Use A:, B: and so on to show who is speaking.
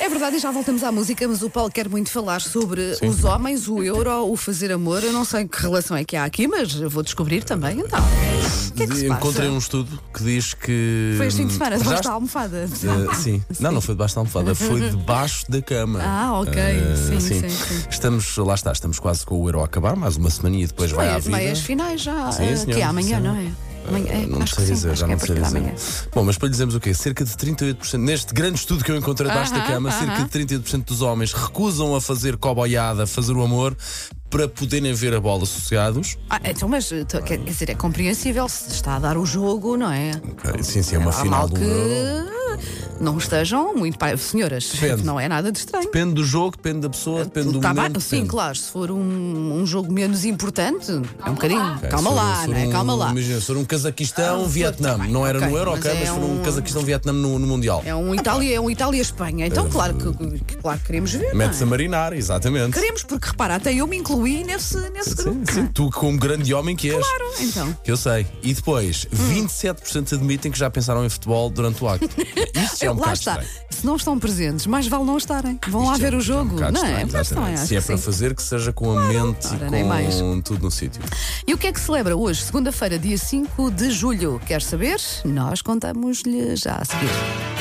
A: É verdade, e já voltamos à música, mas o Paulo quer muito falar sobre
B: Sim.
A: os homens, o euro, o fazer amor. Eu não sei que relação é que há aqui, mas eu vou descobrir também. Então, o que é que se
B: Encontrei
A: passa?
B: um estudo que diz que.
A: Foi este fim de semana,
B: Já
A: debaixo da almofada.
B: Eh, sim. Não, não foi debaixo da almofada, foi debaixo da cama.
A: Ah, ok.
B: Eh,
A: Sim, sim, sim.
B: Estamos, lá está, estamos quase com o euro a acabar, mais uma semana e depois vai à
A: Meias,
B: vida.
A: meias finais já,
B: Sim,
A: eh,
B: senhora,
A: que é amanhã,
B: sim. Eh,
A: não é? Amanhã, é,
B: Não
A: acho
B: sei
A: que sim,
B: dizer,
A: acho
B: já
A: que é
B: não
A: a
B: sei
A: partir de amanhã.
B: dizer. Bom, mas para lhe dizermos o quê? Cerca de 38%, neste grande estudo que eu encontrei debaixo da
A: Aham,
B: cama, cerca de 38% dos homens recusam a fazer coboiada, fazer o amor, para poderem ver a bola associados.
A: Ah, então, mas eh, tô- quer, quer dizer, é compreensível se está a dar o jogo, não é?
B: Ok, Sim, sim, é uma
A: Há mal
B: final do
A: que
B: euro.
A: não estejam muito. pa- Senhoras,
B: Depende.
A: não é nada de estranho.
B: Depende do jogo, depende da pessoa, depende do
A: Tá bem,
B: momento.
A: sim,
B: depende.
A: claro, se for um, um jogo menos importante, é um bocadinho.
B: Ok,
A: Calma
B: se for um-
A: lá,
B: se for
A: não é?
B: um-
A: Calma lá. Ah,
B: Imagina, se for um Cazaquistão, Vietnã.
A: bem,
B: Não era
A: ok,
B: no Euro,
A: mas
B: ok,
A: é
B: mas foi um,
A: um-
B: Cazaquistão, Vietnã no, no Mundial.
A: É um Itália, é um Itália-Espanha. Então, claro que, que- claro que queremos ver. Não
B: É Mete-se a
A: é?
B: marinar, exatamente.
A: Queremos, porque repara, até eu me incluí nesse, nesse
B: Sim,
A: grupo. é?
B: sim, tu como grande homem que és.
A: Claro, Hum. então.
B: Que eu sei. E depois, 27% admitem que já pensaram em futebol durante o acto. Isto já é um
A: Lá
B: bocado
A: está.
B: estranho.
A: Se não estão presentes, mais vale não estarem. Vão lá
B: Isto já
A: ver
B: é um-
A: o
B: já é um
A: jogo.
B: bocado
A: não é?
B: estranho,
A: Mas não é?
B: exatamente.
A: Acho
B: Se é
A: que
B: para
A: sim.
B: fazer, que seja com a mente
A: Ora,
B: e
A: nem
B: com
A: mais.
B: tudo no sítio.
A: E o que é que celebra hoje, segunda-feira, dia 5 de julho? Quer saber? Nós contamos-lhe já a seguir.